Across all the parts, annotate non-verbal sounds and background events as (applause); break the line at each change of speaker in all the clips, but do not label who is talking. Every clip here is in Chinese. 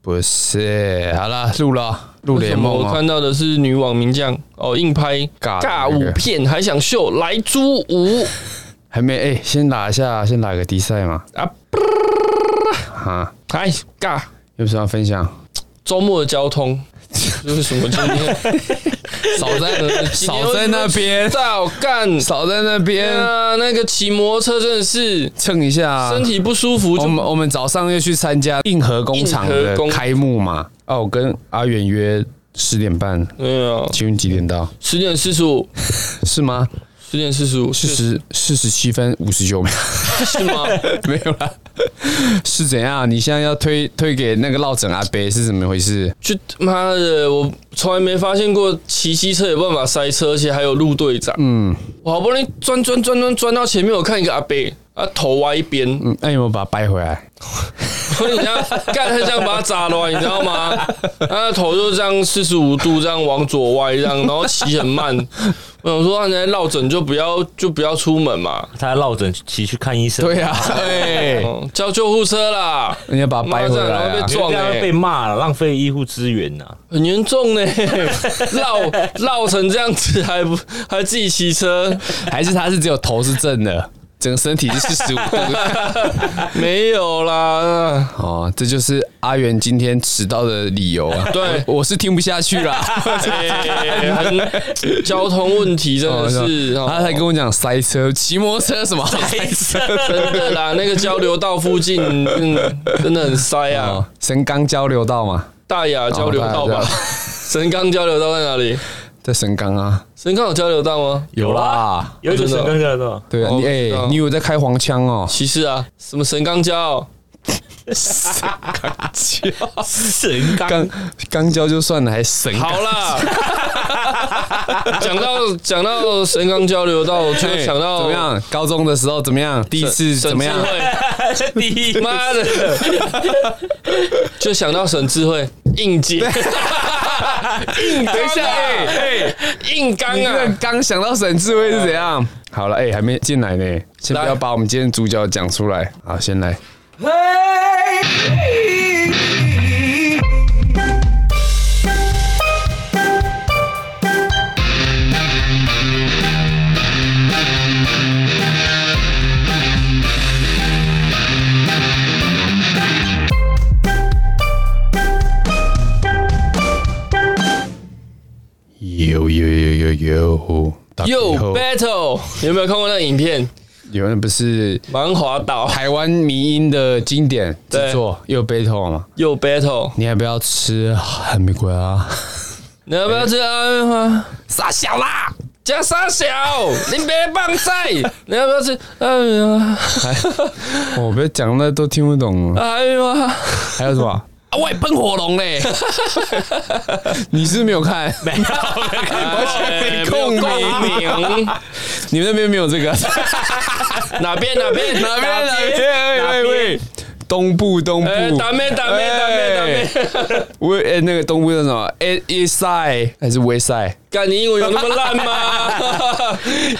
不是，好了，录了，录
为
联
什么
盟
我
哦
看到的是女网名将哦，硬拍
尬的
尬
那个
舞片，还想秀来猪舞
还没哎、先打一下，先打个比赛嘛。 (laughs)
啊！
啊，
哎，尬！
有什么要分
(laughs)
享？
周末的交通就是什么今天
少在 (laughs) 少在那边，
到
(laughs)
干
少在那
天
边
啊！那个骑摩托车真的是
蹭一下啊、
身体不舒服
我
就
们我们早上又去参加硬核工厂
硬
的
核工
开幕嘛。哦，我跟阿远约十点半，
没有
请问几点到？
啊十点四十五，
是吗？
十点四十五
是十四十七分五十
(laughs)
九秒，
是吗？
没有啦。是怎样？你现在要推推给那个落枕阿伯是怎么回事？
就妈的，我从来没发现过骑机车有办法塞车，而且还有路队长。嗯，我好不容易钻钻钻钻钻到前面，我看一个阿伯，他头歪一边， (laughs)
嗯，那、你有没有把它掰回来？
所以你这样干，很想把他砸乱，你知道吗？他的头就这样四十五度这样往左歪，这样，然后骑很慢。我想说，他啊在落枕就不要就不要出门嘛，
他落枕骑去看医生，
对呀、啊，对、
嗯叫救护车啦，
你要把它掰回
妈这
来、啊
样会。被
因为
撞
这样
欸
被骂了，浪费医护资源呐、
(laughs)
很严重呢、绕绕成这样子还不还自己骑车，
还是他是只有头是正的，整个身体是四十五度。
(laughs) 没有啦，
哦，这就是阿元今天迟到的理由啊。
对
我是听不下去啦。
哎很 (laughs) 交通问题 (laughs) 真的是，哦
他才跟我讲塞车，骑摩托车什么
(laughs)
好塞车
真
(laughs)
的啦，那个交流道附近，嗯，真的很塞
哦
啊，
神冈交流道嘛，
大雅交流道
哦大雅
吧
交。
(laughs) 神冈交流道在哪里？
在神冈啊，
神冈有交流道吗？
有啦。
有一个神刚叫做
对啊，
哦
你哎、
知道
你以为在开黄腔哦？
骑士啊，什么神冈交？
神刚
刚刚交就算了，还神冈 (laughs)
好啦，讲到讲到神冈交流道，我就
哎
想到
怎么样？高中的时候怎么样？第一次
沈
怎么样？
智慧
第
(laughs)
一
妈的， (laughs) 就想到沈智慧硬姐， (laughs) 硬
(laughs)
刚
等一下哎
啊，硬刚
你这个
啊，
刚想到沈智慧是怎样？好了，哎、还没进来呢，先不
来
要把我们今天的主角讲出来。好，先来。有有有有有，大家
又
好
battle，有没有看过那个影片？
有人不是
蛮滑倒，
台湾迷音的经典制作又 battle 嘛？
又 battle，
你要不要吃海玫瑰 (laughs) 啊？
你要不要吃阿面花？
傻小啦！
加沙小， (laughs) 你别放菜，你要不要吃阿面花？
哦我别讲那都听不懂了。
阿面花，
还有什么？啊，我也喷火龙
(laughs)
嘞！你是不是没有看？没有，完
哎
全哎没啊共
啊
鸣。
鸣，
你们那边没有这个？
哪边哪边
(laughs) 哪边？哪边？呃哎喂喂，东部东部，
哎，打咩打咩打
哎
咩打咩？
(laughs) 我哎那个东部叫什么？哎一赛还是威赛？
干你英文有那么
(laughs)
烂吗？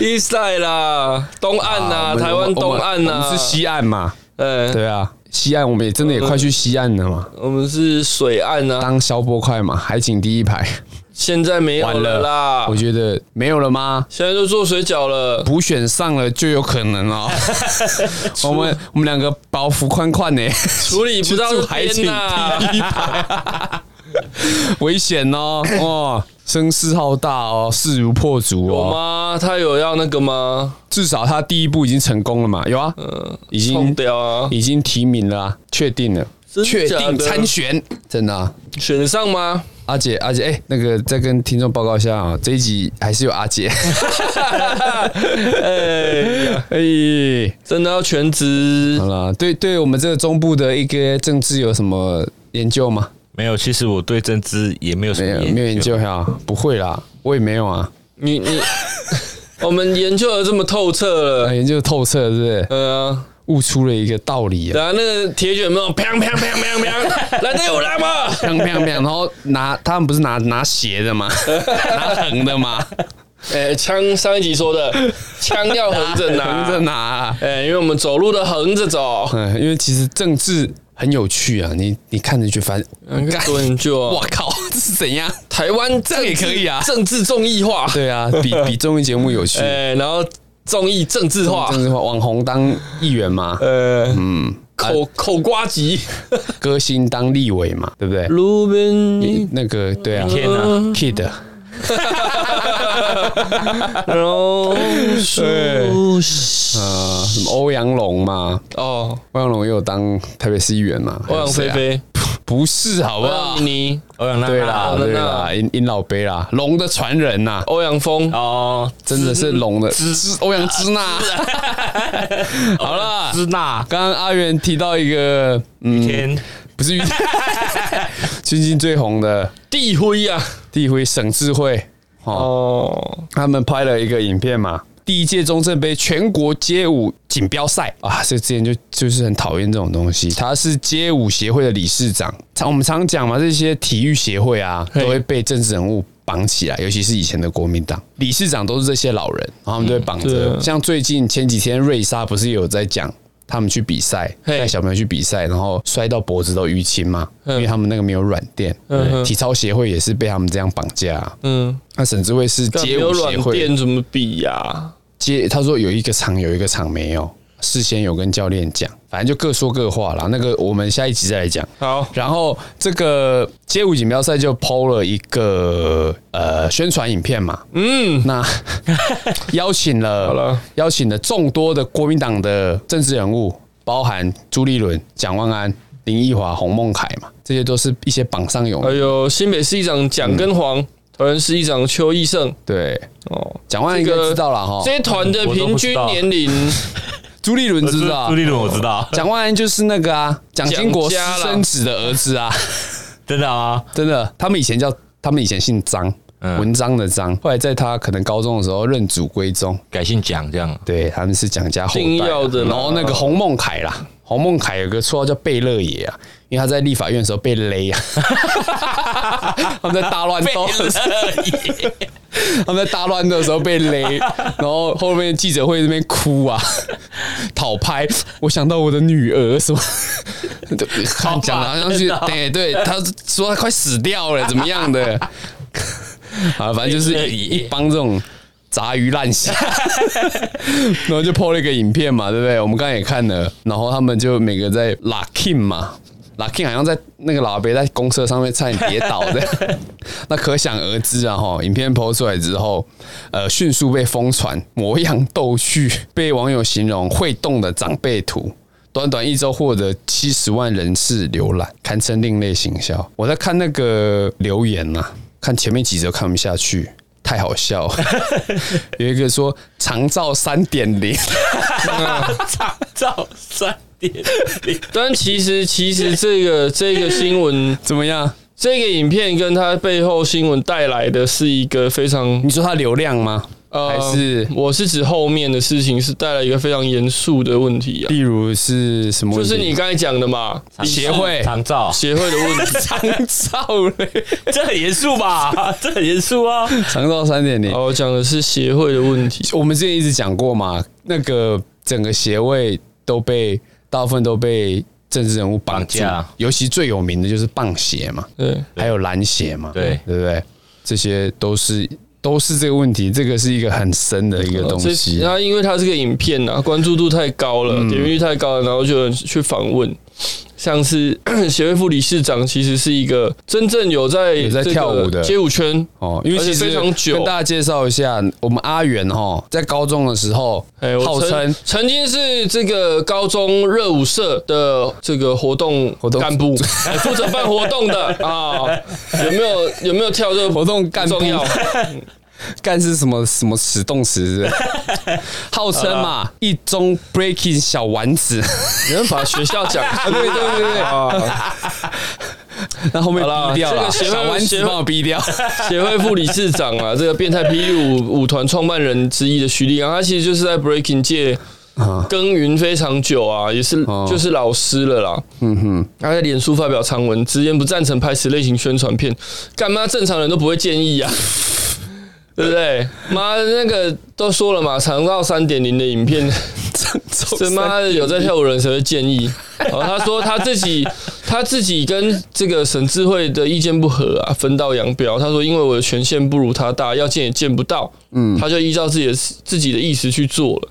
伊塞啦，东岸
啊我
呐，
们
啊台湾东岸
我
呐
们，我们是西岸嘛？
哎，
对啊，西岸我们也真的也快去西岸了嘛，
我们是水岸呐，
当消波块嘛，海景第一排。
现在没有
完了
了啦
我，觉得没有了吗？
现在都做水饺了。
补选上了就有可能
(laughs)
哦。我们我们两个包袱宽宽呢，
处理不到
去
这
住海景
边呐，
第一排，危险哦，哦，声势浩大哦，势如破竹
有
哦。
吗？他有要那个吗？呃
至少他第一步已经成功了嘛，有啊，已
冲
经
掉啊！
已经提名了、啊，确定了，
真的
确
假
定
的
参选，真的、啊。
选得上吗？
阿姐，阿姐，哎、那个再跟听众报告一下啊、这一集还是有阿
(laughs)
姐。哎、
真的要全职
好？了，对对，我们这个中部的一个政治有什么研究吗？
没有，其实我对政治也没有什
没
么
有，没有研究呀，不会啦，我也没有啊，
你你， (laughs) 我们研究的这么透彻了，
呃研究透彻，是不是？
嗯啊，
悟出了一个道理啊！
然后那个铁卷没有，砰砰砰砰砰， (laughs) 来队伍来嘛！
砰砰砰，然后拿他们不是拿拿斜的吗？ (laughs) 拿横的吗？
呃，枪上一集说的，枪要横着
(laughs)
拿，呃
横着拿啊、 (laughs)
哎、因为我们走路的横着走，
嗯，因为其实政治很有趣啊！你你看着就发现，
嗯
干 (laughs)
多研究啊
哇靠，这是怎样？
台湾这
样哦也可以啊
政治综艺化，
对啊，比比综艺节目有趣。
哎，然后综艺政治化
政，治化网红当议员嘛，
呃，
嗯，啊
口口瓜集，
歌星当立委嘛，对不对？
路 (laughs) 边，
那个对啊
天哪
，Kid
然后树下
呃，什么欧阳龙嘛，
哎哦，
欧阳龙也有当台北市议员嘛，
欧
还有
阳菲
谁啊，
菲，
不是好不
欧
好
阳？妮，
欧阳娜娜
对啦，
那
对
那
啦，殷殷老杯啦，龙的传人呐，
欧阳锋，
哦，
真的是龙的支欧阳支那。
啊
好了，
支那
(laughs) 刚刚阿元提到一个，嗯，
天
不是于 (laughs) 最近最红的
地辉啊，
第一回省智慧哦，
哦，
他们拍了一个影片嘛。第一届中正杯全国街舞锦标赛啊，这之前就就是很讨厌这种东西。他是街舞协会的理事长，常我们常讲嘛，这些体育协会啊，
嘿
都会被政治人物绑起来，尤其是以前的国民党理事长都是这些老人，然后他们就会绑
对
着。
啊
像最近前几天瑞莎不是也有在讲。他们去比赛，
嘿
带小朋友去比赛，然后摔到脖子都淤青嘛，因
嗯
为他们那个没有软垫。
嗯哼
体操协会也是被他们这样绑架啊、
嗯，
那沈志伟是
干
街
没有
舞协
软
会
垫怎么比呀？
街，他说有一个场有一个场没有，事先有跟教练讲，反正就各说各话啦。那个我们下一集再来讲。
好，
然后这个街舞锦标赛就抛了一个呃宣传影片嘛，
嗯，
那 (laughs) 邀请了
了
邀请了众多的国民党的政治人物，包含朱立伦、蒋万安、林奕华、洪孟凯嘛，这些都是一些榜上有名
还有新北市议长蒋根煌，桃园市议长邱义胜，
对，
哦，
蒋万安应该
这个
知道了哈
这，些团的
哦我都
平
不
均
知道
年龄，
朱立伦知道啊
呃
朱。立伦我知道，
蒋万安就是那个啊，蒋经国私
蒋家啦
生子的儿子啊，
真的啊，
(laughs) 真的，他们以前叫他们以前姓张，
嗯
文章的章，后来在他可能高中的时候认祖归宗，
改姓蒋这样，
对，他们是蒋家后代啊、
定要的啦
然后那个洪孟凯啦，洪孟凯有个绰号叫贝勒爷啊，因为他在立法院的时候被勒啊， (laughs) 他们在大乱斗，他们在大乱斗的时候被勒，然后后面记者会那边哭啊，讨拍，我想到我的女儿什么，
啊
看讲的好像是对对，他说他快死掉了，怎么样的，啊，反正就是一一帮这种。杂鱼烂虾，然后就 PO 了一个影片嘛，对不对？我们刚才也看了，然后他们就每个在 l u c k i n 嘛 l u c k i n 好像在那个老伯在公车上面差点跌倒的， (laughs) 那可想而知啊，哈，影片 PO 出来之后，呃，迅速被疯传，模样逗趣，被网友形容会动的长辈图。短短一周获得七十万人次浏览，堪称另类行销。我在看那个留言呐、看前面几则看不下去，太好笑 (laughs) 了。有一个说长照三点零， (laughs)
长照三点零，
(laughs) 但其实其实这个这个新闻，
怎么样？
这个影片跟它背后新闻带来的是一个非常
你说它流量吗？
呃，
还是
我是指后面的事情是带来一个非常严肃的问题啊，
例如是什么
就
问题？
是你刚才讲的嘛，
协会
长照，
协会的问
(laughs)
题
长照嘞，
这很严肃吧？ (laughs) 这很严肃啊！
长照三点零。
哦，我讲的是协会的问题，
我们之前一直讲过嘛，那个整个协会都被大部分都被政治人物绑
绑
住
架，
尤其最有名的就是棒协嘛，
对，
还有篮协嘛，
对
对不对？这些都是都是这个问题，这个是一个很深的一
哦
个东西。嗯
然后因为它这个影片啊，关注度太高了，点击率太高了，然后就有人去访问。像是 (coughs) 协会副理事长，其实是一个真正有在
有在
这个
跳舞的
街舞圈，
哦，因为
而且
其实
非常久
跟大家介绍一下，我们阿元哈在高中的时候
哎，，我
号
曾
称
曾经是这个高中热舞社的这个活动
活动
干部，哎负责办活动的啊，有没有有没有跳这个
活动干部
重要？
(laughs) 干是什么什么词动词是不是，
(laughs)
号称嘛一中 breaking 小丸
(laughs)
子，
没办法，学校讲
(laughs)
(laughs)
对对对对
啊
那后面
好啦
逼掉
这
了，
个协会
小丸
协
子
会
帮我逼
(laughs)
掉。
协会副理事长啊，这个变态霹雳舞舞团创办人之一的徐立阳，他其实就是在 breaking 界
啊，
耕耘非常久啊，也是
哦
就是老师了啦。
嗯哼，
他在脸书发表长文，直言不赞成拍此类型宣传片，干嘛正常人都不会建议啊？对不对？妈，那个都说了嘛，长到三点零的影片，
上周
这
三
妈的有在跳舞的人谁会
(laughs)
建议？哦，他说他自己他自己跟这个沈智慧的意见不合啊，分道扬镳。他说因为我的权限不如他大，要见也见不到，嗯，他就依照自己的自己的意识去做了。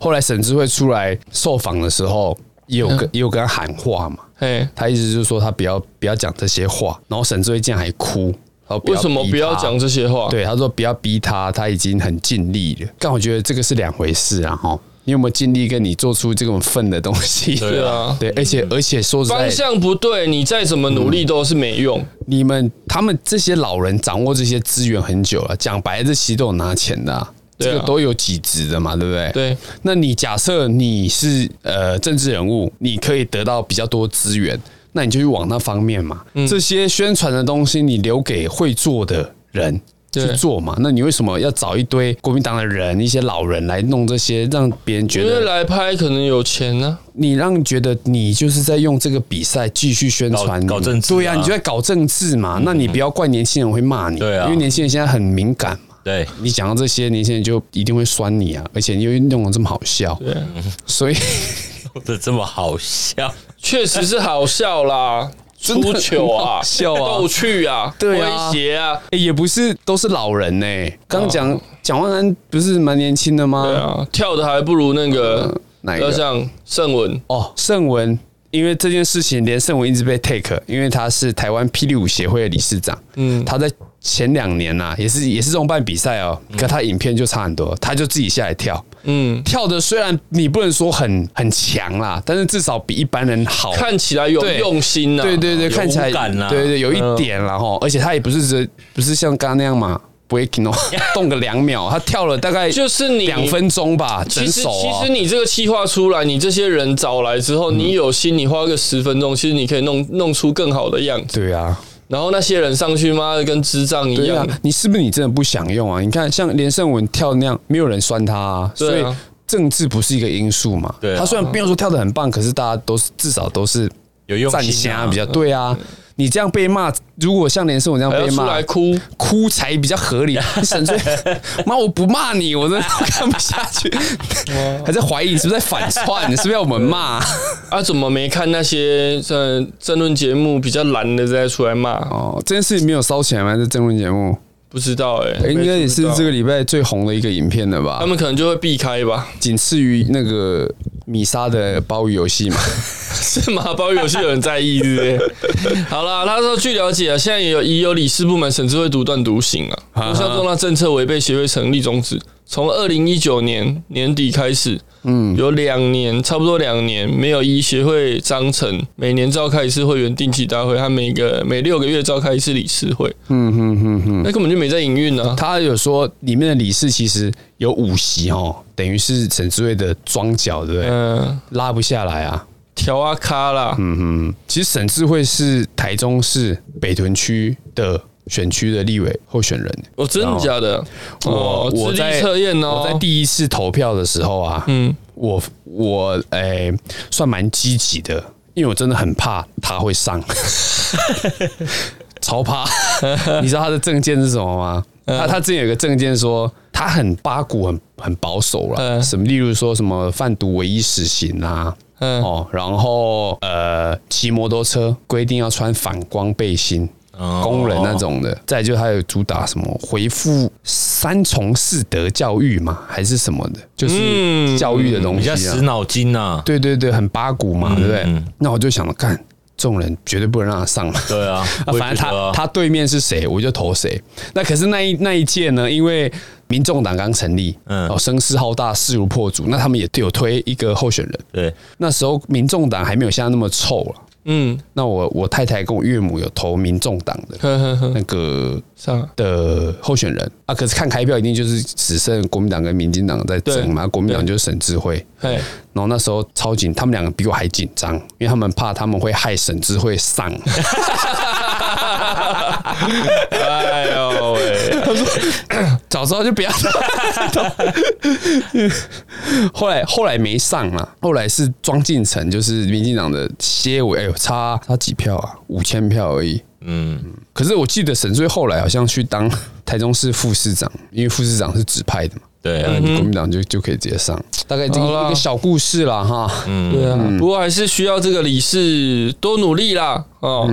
后来沈智慧出来受访的时候，也有跟、
嗯
也有跟他喊话嘛，
嘿，
他意思就是说他不要不要讲这些话，然后沈智慧竟然还哭，然后
为什么不要讲这些话？，
对，他说不要逼他，他已经很尽力了。但我觉得这个是两回事啊，哈，你有没有尽力跟你做出这种份的东西？
对啊
(laughs) 对，而且而且说实
方
在，
向不对，你再怎么
嗯
努力都是没用。
你们他们这些老人掌握这些资源很久了，讲白了，这其实都有拿钱的、啊。
对
这
啊
个都有几职的嘛，对不对？
对。
那你假设你是呃政治人物，你可以得到比较多资源，那你就去往那方面嘛。
嗯
这些宣传的东西，你留给会做的人去
对
做嘛。那你为什么要找一堆国民党的人、一些老人来弄这些，让别人觉
因
得
为来拍可能有钱啊呢、
你让觉得你就是在用这个比赛继续宣传
搞搞政治啊嗯
对呀、你就在搞政治嘛。那你不要怪年轻人会骂你，
对啊
因为年轻人现在很敏感嘛。
对，
你讲到这些，年轻人就一定会酸你啊，而且你又弄得这么好笑，
对，
所以
这这么好笑，
确实是好笑啦，
(laughs) 真的
出糗
很
啊，
好笑啊
逗趣啊，
对啊
威胁啊，
欸也不是都是老人呢、欸刚讲蒋万安不是蛮年轻的
哦对
吗？呃
啊，跳的还不如那个
哪一
要
个？
像盛文，
哦，盛文，因为这件事情，连盛文一直被 take，因为他是台湾霹雳舞协会的理事长。
嗯，
他在前两年呐、也是也是这种办比赛哦，可他影片就差很多，他就自己下来跳，
嗯，
跳的虽然你不能说很很强啦，但是至少比一般人好。啊
看起来有
对
用心呐、啊，
对对对，
有
看起来
舞感
啊
啦
对对有一点
嗯
啦吼，而且他也不是只不是像刚刚那样嘛，breaking
(laughs)
哦，动个两秒，他跳了大概
就是你
两。分钟吧，整
其实，
首
其
啊嗯
实，你这个企划出来，你这些人找来之后，你有心，你花个十分钟，其实你可以弄弄出更好的样子。
对啊，
然后那些人上去，妈的跟智障一
对啊
样，，
你是不是你真的不想用啊？你看像连胜文跳那样，没有人酸他啊，所
对
以
啊
政治不是一个因素嘛。
对啊
他虽然没有说跳的很棒，可是大家都是至少都是
有用
站
心
虾
啊
比较对啊。你这样被骂，如果像连胜文这样
还要
被
出
骂
来，哭。
哭才比较合理。沈醉，妈，我不骂你，我真的看不下去，还在怀疑你是不是在反串，你是不是要我们
(laughs)
骂？
啊，怎么没看那些呃争论节目比较懒的在出来骂？
哦，这件事情没有烧起来吗？这争论节目
不知道哎、
应该也是这
没注意到嗯
个礼拜最红的一个影片了吧
他？们可能就会避开吧？
仅次于那个米莎的包鱼游
(laughs)
戏嘛。
是吗？包有些有人在意，对不 (laughs) 对？好啦，他说据了解啊，现在也有已有理事部门审知会独断独行啊，无效重大政策违背协会成立宗旨。从二零一九年年底开始，嗯，有两年，差不多两年没有依协会章程，每年召开一次会员定期大会，和每个每六个月召开一次理事会。嗯哼哼哼，那根本就没在营运啊。
他有说里面的理事其实有五席哦，等于是沈志伟的庄脚，对不对？
嗯、
拉不下来啊。嗯
调啊咖啦，
其实沈智慧是台中市北屯区的选区的立委候选人。
哦，真的假的？哦，
我
智力
在
测验哦，
我在第一次投票的时候啊，嗯，我我诶、算蛮积极的，因为我真的很怕他会
(laughs)
上，超怕。你知道他的证件是什么吗？
嗯
他他之前有个证件说他很八股很很保守啦，
嗯
什么例如说什么贩毒唯一死刑啊，
嗯
哦，然后呃，骑摩托车规定要穿反光背心，
哦
工人那种的。再就还有主打什么回复三从四德教育嘛，还是什么的，就是
嗯
教育的东
比
西
较
啊
死。脑筋呐，
对对对，很八股嘛，对不对
嗯？
那我就想了，干这种人绝对不能让他上了。
对啊，
(laughs) 啊，
我也
反正
觉得
他
啊
他对面是谁，我就投谁。那可是那一那一届呢，因为民众党刚成立，嗯，
嗯
哦，声势浩大，势如破竹。那他们也有推一个候选人，
对
那时候民众党还没有现在那么臭了。
嗯，
那我我太太跟我岳母有投民众党的
嗯
呵呵呵，
那个
上啊
的候选人啊，可是看开票一定就是只剩国民党跟民进党在争嘛，国民党就是沈智慧。
嘿，
然后那时候超紧，他们两个比我还紧张，因为他们怕他们会害沈智慧上。
哎呦喂，
早知道就不要。 (laughs) 后来后来没上嘛，后来是庄敬诚，就是民进党的些委，哎呦，差差几票啊，五千票而已。
嗯
可是我记得沈醉后来好像去当台中市副市长，因为副市长是指派的嘛。
对啊，
嗯国民党就就可以直接上，大概这个
好啦
一个小故事啦哈。
对啊，不过还是需要这个理事多努力啦哦。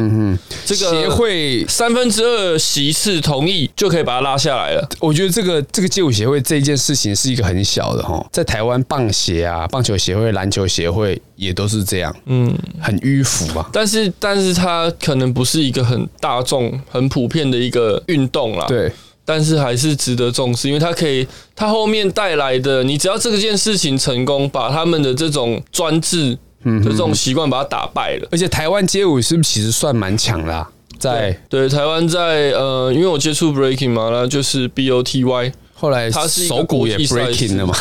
这个
协会，
三分之二席次同意就可以把它拉下来了。
我觉得这个这个街舞协会这件事情是一个很小的哈，在台湾棒协啊、棒球协会、篮球协会也都是这样，嗯，很迂腐嘛。
但是，但是它可能不是一个很大众、很普遍的一个运动啦。，
对，
但是还是值得重视，因为它可以，它后面带来的，你只要这件事情成功，把他们的这种专制的这种习惯把它打败了。
而且台湾街舞是不是其实算蛮强啦？在
对，台湾在呃，因为我接触 breaking 嘛，那就是 B O T Y，
后来
它是一个
手骨也
国际赛事
breaking 了嘛，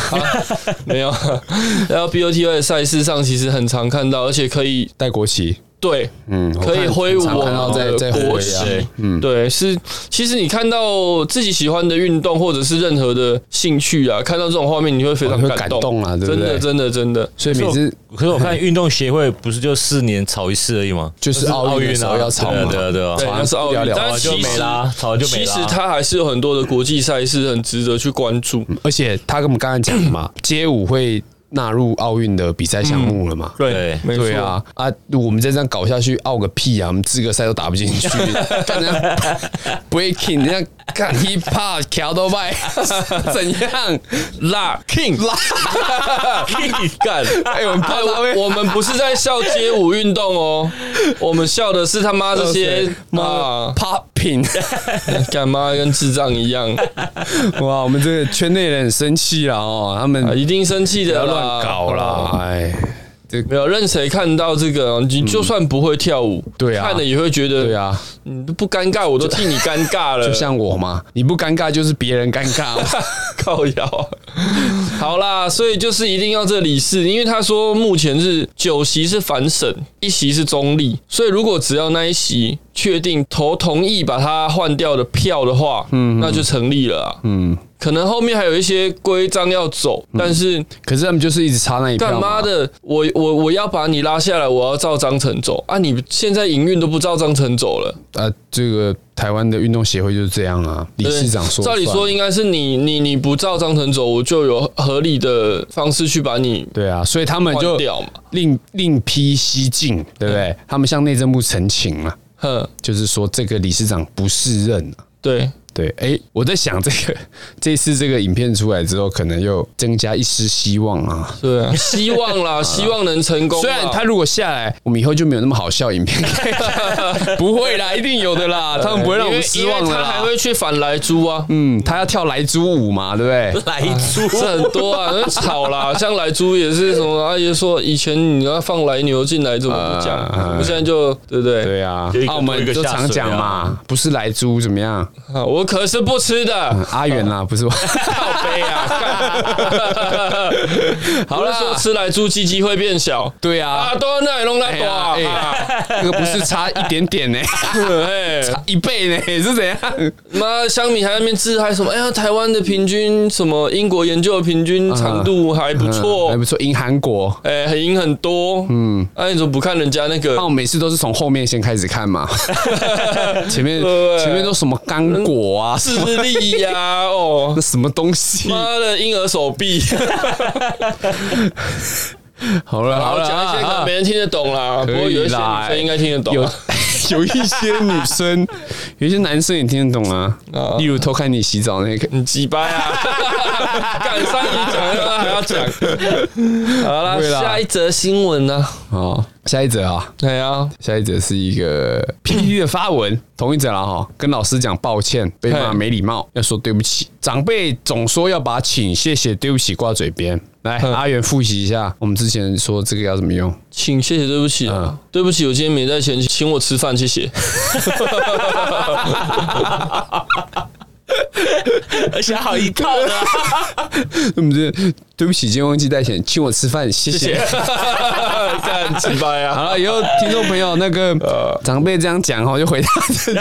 没有， (laughs) 然后 B O T Y 的赛事上其实很常看到，而且可以
戴国旗，
对
嗯，
可以挥舞
我看
我
常看到
们
在
的
在
国
挥
旗
啊，
对
对，是其实你看到自己喜欢的运动或者是任何的兴趣啊，看到这种画面，你会非常
哦会
感
感
动
动啊对不
真的，
对
真的，真的。
所以每次
可是我看运动协会不是就四年炒一次而已吗？
就是奥运的时候要炒嘛
对啊对啊对啊
对，
对啊，
哇
那是奥运
不得，了
但
炒
是
了就
其
没
实
啦，炒哦了就啊没
其
啦。
实它还是有很多的国际赛事很值得去关注。
嗯
而且他跟我们刚才讲的
(clears throat)
嘛，街舞会纳入奥运的比赛项目了嘛。
对
嗯没错
对，啊，啊，我们再这样搞下去，奥个屁啊！我们资格赛都打不进
(laughs)
去，干人家 breaking，人家干 hip hop、桥都拜，
(laughs)
怎样？
辣 king 辣 king (laughs) 干。
哎，我们怕拉
我我们不是在笑街舞运动哦，我们笑的是他妈这些
妈呃
啊，哎
popping，
(laughs) 干妈跟智障一样
哇，我们这个圈内人很生气了哦，他们
啊，一定生气
不
的
要
啦
乱搞
哦
啦，哎，这
没有任谁看到这个，你就算不会跳舞，
对啊
看了也会觉得，
对，啊，
你不尴尬，我都替你尴尬了，
就像我嘛，你不尴尬就是别人尴尬
(laughs)
嘛，
靠腰。 (laughs) 好啦，所以就是一定要这理事，因为他说目前是九席是反省，一席是中立，所以如果只要那一席确定投同意把它换掉的票的话，嗯，那就成立了啊。
嗯，
可能后面还有一些规章要走，但是
可是他们就是一直插那一
干
票嘛
妈，的，我我我要把你拉下来，我要照章程走啊！你现在营运都不照章程走了，
呃，这个台湾的运动协会就是这样啊，理
对
事长说了算，
照理说应该是你你你不照章程走，我就有合理的方式去把你
对啊，所以他们
换
就
掉嘛。嗯
另另辟蹊径，对不对？他们向内政部陈情了、
哼，
就是说这个理事长不适任了、
对，
对，哎，我在想这个 (laughs) 这次这个影片出来之后，可能又增加一丝希望啊。(laughs)
对啊，希望啦，希望能成功啦。
虽然他如果下来，我们以后就没有那么好笑影片 (laughs) 可以看，不会啦，一定有的
(laughs)
啦，他们不会让我们失望
因
的
为他还
啦。
会去反来猪啊，
嗯，他要跳莱猪舞嘛，对不对？
(laughs)
来猪
这很多啊，那吵
(laughs)
啦。像来猪也是什么，阿姨说以前你要放来牛进来怎么不讲，
啊
我们现在就对不对？
对啊
(laughs) 就一，个
澳门就常讲
多
嘛，不是莱猪怎么样？
啊我可是不吃的。 (laughs)
阿元啦，不是我。
靠背啊！干 (laughs) 好
好啦
了，说吃来猪鸡鸡会变小
对啊
啊，，都那里弄那多啊
哎呀
啊，
这个不是差一点点呢、 (laughs)
(laughs) 哎，
一倍呢、是怎样？
妈香米还在那边自嗨什么？哎呀，台湾的平均什么？英国研究的平均长度啊还不
嗯
错
还，不错。赢韩国，
哎，很赢很多，嗯，哦那你怎么不看人家那个
那？我每次都是从后面先开始看 (laughs) 嘛，前面
对
前面都什么刚果啊，什
智
么
利呀、哦 (laughs)
那，什么东西？
妈的婴儿手臂，
好了
好
好
了，
了，
(laughs) 讲一些可能
啊
没人听得懂啦，不
可以啦
过有一些女生应该听得懂
有
啊。
有一些女生，有一些男生也听得懂啊，例如偷看你洗澡那个。
你鸡掰啊！ (laughs) 干上你讲的还要讲，好啦，
不会啦
下一则新闻呢、
哦，下一则啊，
对啊，
下一则是一个 PPT 的发文，同一则了哈， (laughs) 跟老师讲抱歉，被骂
嘿
没礼貌，要说对不起。长辈总说要把请、谢谢、对不起挂嘴边。来，阿元复习一下，我们之前说这个要怎么用？
请谢谢对不起、啊
嗯
对不起，我今天没带钱，请我吃饭，谢谢。
而且好一套的啊，
(laughs) 我们这对不起，今天忘记带钱，请我吃饭，谢谢。
干鸡掰
好
啊！
了，以后听众朋友那
(laughs) 呃
哦个长辈这样讲哈，就回答这句。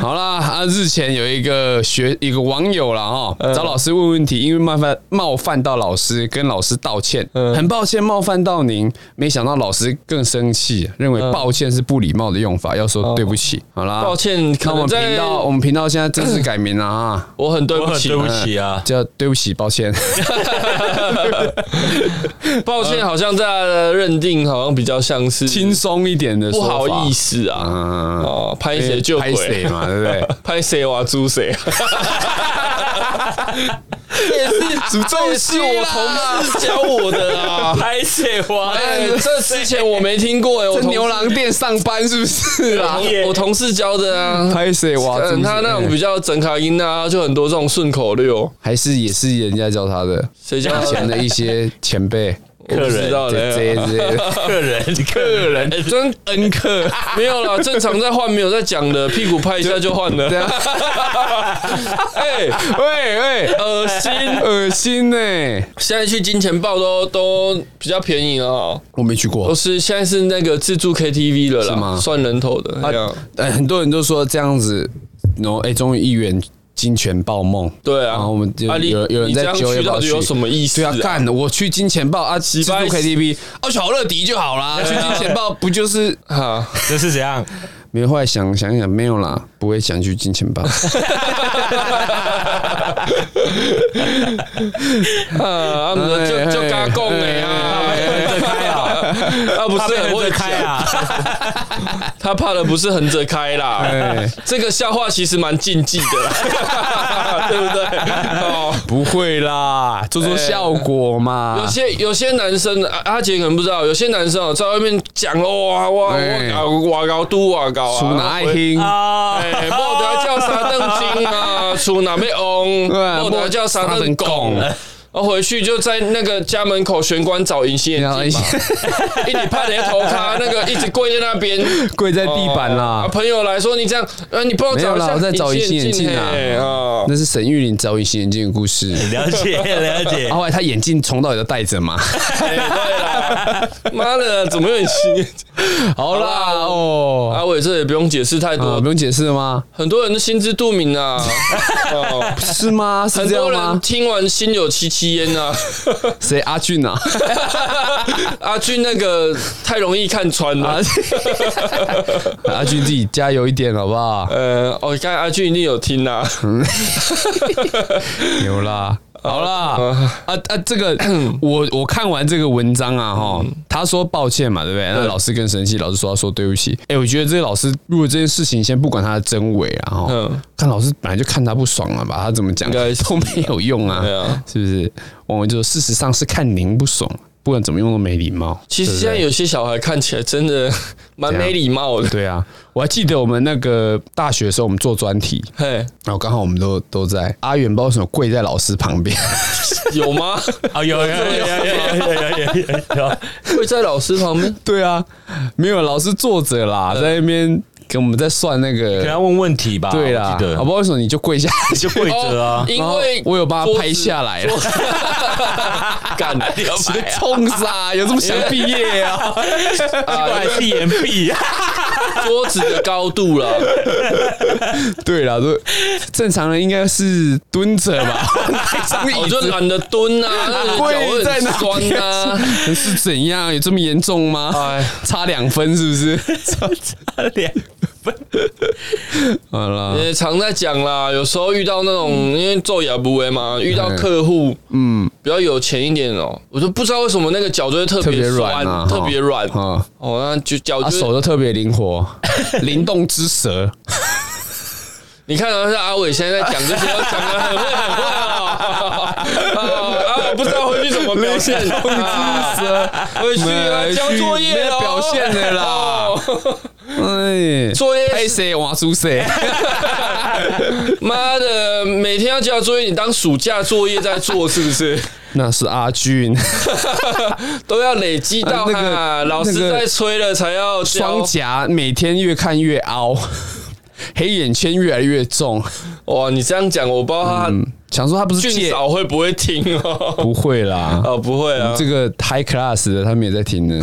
好啦，啊，日前有一个学一个网友啦，哈，
嗯
找老师问问题，因为冒犯冒犯到老师，跟老师道歉，
嗯
很抱歉冒犯到您，没想到老师更生气，认为抱歉是不礼貌的用法，要说对不起。好啦，
哦抱歉
那
可
我
能
们
在
频道我们频道现在正式改名了啊，
(laughs) 我很对
我
不
很
起
对，不起啊，
叫对不起，抱
(laughs)
歉。
抱歉，好像大家的认定好像比较像是
轻松一点的
不
说法，
好意思啊，
嗯，
哦，拍谁就
拍谁
鬼，
嘛，对不对？
(laughs) 拍谁哇，猪谁，啊
(laughs)
也是
(laughs) 诅咒
这是我同事教我的啊。
拍谁哇？
(laughs) 哎，这之前我没听过哎，我
在
(laughs) 同
牛郎店上班是不是
我
啊？
同我同事教的啊。
(laughs) 拍谁哇？真是
嗯，
哎
他那种比较整卡音啊，就很多这种顺口溜，
还是也是人家教他的，
谁教
以前的一些前
(laughs)
辈，
我不知道
这这
嘞。
这些，
个人，个人，
哎真恩客没有啦，正常在换没有在讲的，屁股拍一下就换了。
对啊，
哎， (laughs)
(laughs) 喂喂，
恶心！
恶心呢，
现在去金钱豹都都比较便宜了哦，
我没去
都
过。
是现在是那个自助 KTV 了
是吗
啦，算人头的那样。
哎，很多人都说这样子，然后哎，终于一元金钱豹梦。
对啊，
然后我们就
啊你
有有人
你这
在
样
九月
去到
跑
底有什么意思？
对啊，干！我去金钱豹啊，自助
巴
KTV，哦，去好乐迪就好 (laughs) 啦。去金钱豹不就是？
哈，
这是怎样？
(laughs) 没有，后来想想一想，没有啦，不会想去金钱豹。
啊，就就嘎供的啊，
对开啊，
啊不
他
是
被人
我
对
也
开啊，
他怕的不是横着开啦
(laughs) 哎，
这个笑话其实蛮禁忌的
(laughs)
啦，对不对？哦。
(laughs) 不会啦，做做效果嘛 (laughs)
有。些有些男生，啊阿杰可能不知道，有些男生哦，在外面讲哦，哇哇
哎
哇哇高都哇高啊，
出哪爱听？
啊，
哎，莫得叫三凳精
(laughs)
啊，出哪边翁，
对啊
莫得叫三凳拱。然后回去就在那个家门口玄关找隐形
然后
眼镜嘛，哎一直拍人家头咖，那个一直跪在那边，
(laughs) 跪在地板
啊
啦，
朋友来说你这样，呃，你帮我找
没
一
有啦
下
我在找
隐形
隐形眼镜啊
嘿
(laughs)
啊，
那是沈玉琳找隐形眼镜的故 (laughs) 事。
(laughs) 了解了解
啊，，后来她眼镜从到底都戴着嘛。
哎对啦，妈的，怎么有隐形
(laughs)
眼镜？
(laughs) 好啦，
好啦
哦，
阿伟这也不用解释太
啊，
多
不，用解释了吗？
很多人都心知肚明啊，哦
是 (laughs) 吗？ (laughs) 是
很
这样
多人
吗？
听完心有戚戚焉
(laughs)
啊。
谁阿俊啊？
阿俊那个太容易看穿
啊 (laughs)
了。
阿俊自己加油一点好不好？
呃，哦，看阿俊一定有听啊啦、
嗯有啦，好 (laughs) 啦，啊啊，这
(coughs)
个我我看完这个文章啊，哈，
嗯
他说抱歉嘛，对不对？那老师更生气，老师说他说对不起。哎，我觉得这个老师如果这件事情先不管他的真伪啊，哈
嗯，
看老师本来就看他不爽了吧，他怎么讲
应该是
都没有用啊
对啊，
是不是？我们就说事实上是看您不爽，不管怎么用都没礼貌。
其实现在有些小孩看起来真的蛮没礼貌的。
对啊，我还记得我们那个大学的时候，我们做专题，
嘿，
然后刚好我们都都在阿远，不知道为什么跪在老师旁边。
有吗？
哦
啊有有有有有有有 (laughs) 有，
会在老师
(laughs)
旁边？
对啊，没有老师坐着啦，
嗯
在那边跟我们在算那
给他
个，
问问题吧，
对啦，啊
我记得
好不知道为什么你就跪下，
你就跪着
(laughs)
啊，
哦因为
然后我有帮他拍下来了， (laughs)
干，
冲啥？有这么想毕
(laughs)
业啊？
过来是岩壁，
桌子的高度
(laughs)
啦，
对啦，就正常人应该是蹲着
(laughs)
吧，那张
我
椅
哦就
子
懒得蹲啊，那个脚
跪
会
在
很
那
酸
边
啊。
(laughs) 是怎样？有这么严重吗？
哎，
差两分是不是？
他脸
好啦，
也常在讲啦，有时候遇到那种
嗯
因为做雅不为嘛，遇到客户，嗯，比较有钱一点哦，我就不知道为什么那个脚就会特
特别
别
软啊
酸，特别软
啊，
哦，那就脚
他
就
手都特别灵
(laughs)
活，灵动之蛇。
你看到是阿伟现在在讲这些，讲的很会很会啊， (laughs) 啊，我不知道回去怎么表现，啊回去啊，交作业
没
哦
表现的啦
哦
哎，
作业
拍谁挖出
(laughs)
谁？
妈的，每天要交作业，你当暑假作业在做是不是？ (laughs)
那是阿俊，
都要累积到
啊那个
哈，老师
那个
在催了才要
双
交。
颊每天越看越凹，黑眼圈越来越重。
哇，你这样讲，我不知道他
嗯，想说他不是
俊
借，
嫂会不会听哦。 (laughs)
不会啦。嗯
哦，不会啊， (laughs)
这个 high class 的他们也在听呢，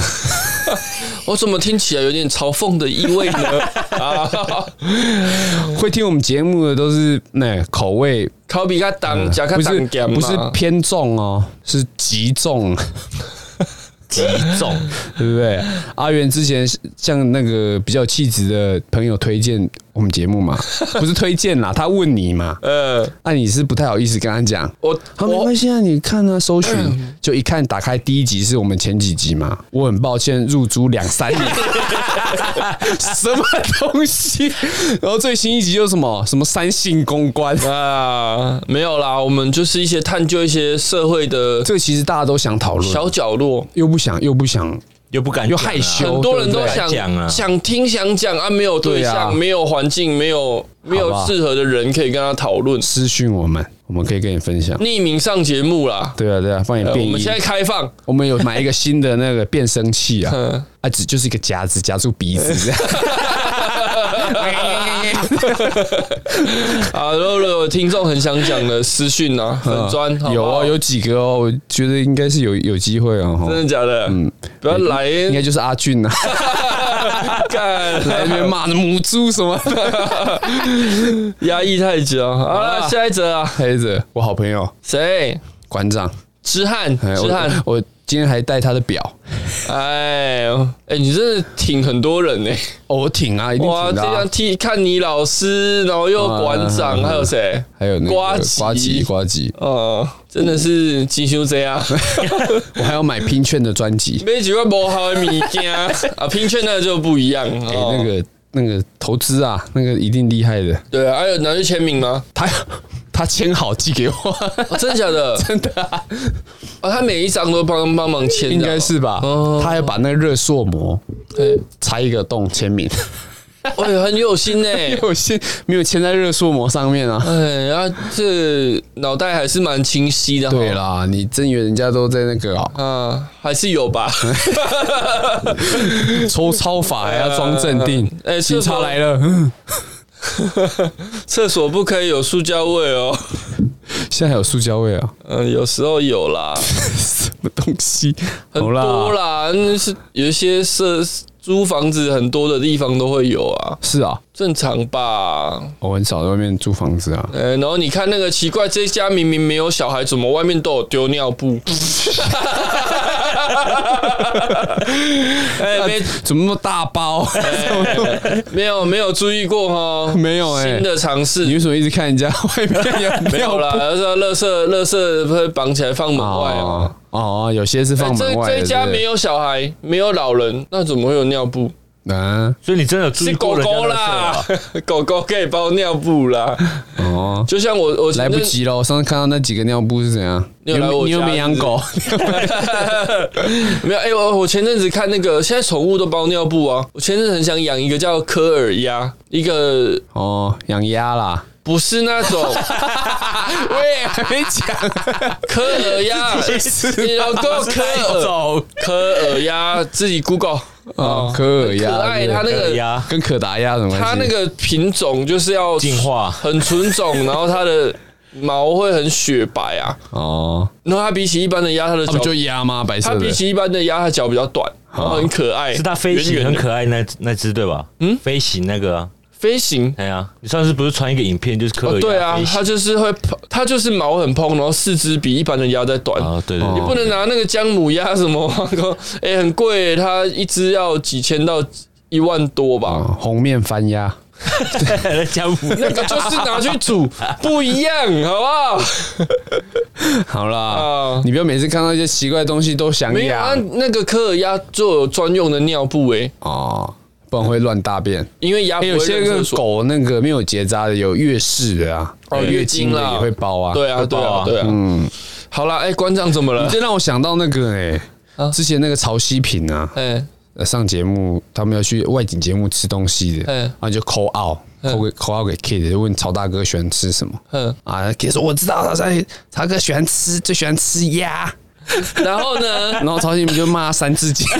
我怎么听起来有点嘲讽的意味呢？
(laughs)
啊，
会听我们节目的都是那、口味
考比较当加
呃
较
不是
当咸嘛
不是偏重哦，是极重，
极重，
(laughs) 对不对？阿元之前向那个比较有气质的朋友推荐我们节目嘛，不是推荐啦，他问你嘛，
呃，
那、你是不太好意思跟他讲。
我
好，没
我
关系啊，你看啊，搜寻就一看，打开第一集是我们前几集嘛。我很抱歉，入租两三年， (laughs) 什么东西？然后最新一集又什么什么三性公关，
啊没有啦，我们就是一些探究一些社会的
这个其实大家都想讨论，
小角落，
又不想又不想，
又不敢讲啊，
又害羞
很多人都
对不
对
想
讲啊
想听想讲啊，没有对
对啊
象，没有环境，没有没
好吧
有适合的人可以跟他讨论，
私讯我们，我们可以跟你分享。
匿名上节目啦。
对啊，对啊，帮你
呃
变
我们
音
现。在开
(laughs)
放，
我们有买一个新的那个变声器啊，
(laughs) 嗯，
啊，只就是一个夹子夹住鼻子
(laughs)
这样。
啊，如果如果有听众很想讲的私讯啊，粉砖好不
有
好
啊，有几个哦，我觉得应该是有有机会哦。吼
真的假的？嗯，不要来
应该就是阿俊
(laughs)
啊。
干
在那边骂母猪什 (laughs) 么的。
压抑太久。好了，下一则啊，
黑着我好朋友
谁？
馆长，
知汉，
哎
知汉，
我我今天还带他的表，
哎，哎，你真的挺很多人欸呢。
哦，我挺啊，一定
哇，
挺
这
的啊、
样替看你老师，然后又馆长，
嗯
还有谁？
还有那个
瓜吉
瓜吉，瓜吉，
哦，真的是金修这
(laughs)
样，
我还要买拼券的专辑，
买几块不好的物件啊，拼券那就不一
(laughs)
样
哎、
哦
那个那个投资啊，那个一定厉害的，
对啊，还有拿去签名吗？
他 (laughs) 他签好寄给我， (laughs)
哦真的假的？
真的啊、
啊，他每一张都帮帮忙签的哦，
应该是吧？
哦
他还把那个热塑膜
对，
拆一个洞签名， (laughs)
哎，很有心呢。
我先没有签在热塑膜上面啊。
哎啊，这脑袋还是蛮清晰的。
对，啊啦，你真以为人家都在那个、啊
啊，还是
(laughs)
有吧。
抽抄法还要装镇
(laughs)
定，
呃呃
警
是
察
否
来了， (laughs) 嗯
厕所不可以有塑胶味哦。
现在还有塑胶味啊。
嗯，有时候有啦，
(laughs) 什么东西？
呃很
好啦
多啦，那是有一些设租房子很多的地方都会有啊，
是啊，
正常吧？
我很少在外面租房子啊。
呃、然后你看那个奇怪，这家明明没有小孩，怎么外面都有丢尿布？ (laughs) 哎、没
(laughs)
呃
怎么那么大包？
没有没有注意过哈，
(laughs) 没有哎
新的尝试，
(laughs) 你为什么一直看人家外面
(laughs)
有
没有
尿
啦，
布？
而是垃圾垃圾会绑起来放门外啊。哎
哦哦，有些是放
这
门外的。
这一家
对不对
没有小孩，没有老人，那怎么会有尿布？
啊？
所以你真的有注意
是
过
狗
人家
狗
垃圾
啦
啊？，
(laughs) 狗狗可以包尿布啦。
哦，
就像我我
(laughs) 来不，及了。我上次看到那几个尿布是怎样？
你有来我
你又
家
没养
(laughs)
狗？
没有哎、我我前阵子看那个，现在宠物都包尿布啊。我前阵子很想养一个叫科尔鸭，一个
哦，养鸭啦。
不是那种
喂，还没讲，
科尔鸭，你老公科尔
呃
走
科尔鸭，自己 Google
哦，科尔鸭，
可爱
对
它那个
呀，
跟可达鸭什么关系？
它那个品种就是要
进化
很纯种，然后它的毛会很雪白啊。
哦，
然后它比起一般的鸭，它的
它
脚
不，就鸭吗？白色
它
的。
比起一般的鸭，它脚比较短，然后很可爱，
是它飞行
圆
很
圆的
可爱那那只对吧？嗯，飞行那个啊，
飞行。
哎呀，你上次不是传一个影片就是科
哦，
尔
对
鸭
啊
飞，行
它就是会，它就是毛很蓬，然后四肢比一般的鸭再短。
啊，对对
你
对，
不能拿那个姜母鸭什么， (laughs) 哎、很贵，它一只要几千到一万多吧。
哦红面翻鸭，
(laughs) 在江湖
那个就是拿去煮，不一样，好不好？
好啦，
啊
你不要每次看到一些奇怪的东西都想
没有啊
养，
那个科尔鸭就有专用的尿布诶、
哦，不然会乱大便。
因为啊鸭不
哎，
会
有些
认
个
厕所
狗那个没有结扎的，有月事的啊，
哦
对
月经
的
啦
也会包啊。
对啊，对
抱
啊，
啊
对啊。嗯，好啦，哎，馆长怎么了
你？这让我想到那个哎、
啊
之前那个曹希平啊，
哎，
呃上节目他们要去外景节目吃东西的，
嗯
然后就 call out call 给 call out 给 Kid，就问曹大哥喜欢吃什么
嗯，
啊？Kid 说我知道，曹曹哥喜欢吃最喜欢吃鸭，
(laughs) 然后呢？
然后曹希平就骂他三字经。 (laughs)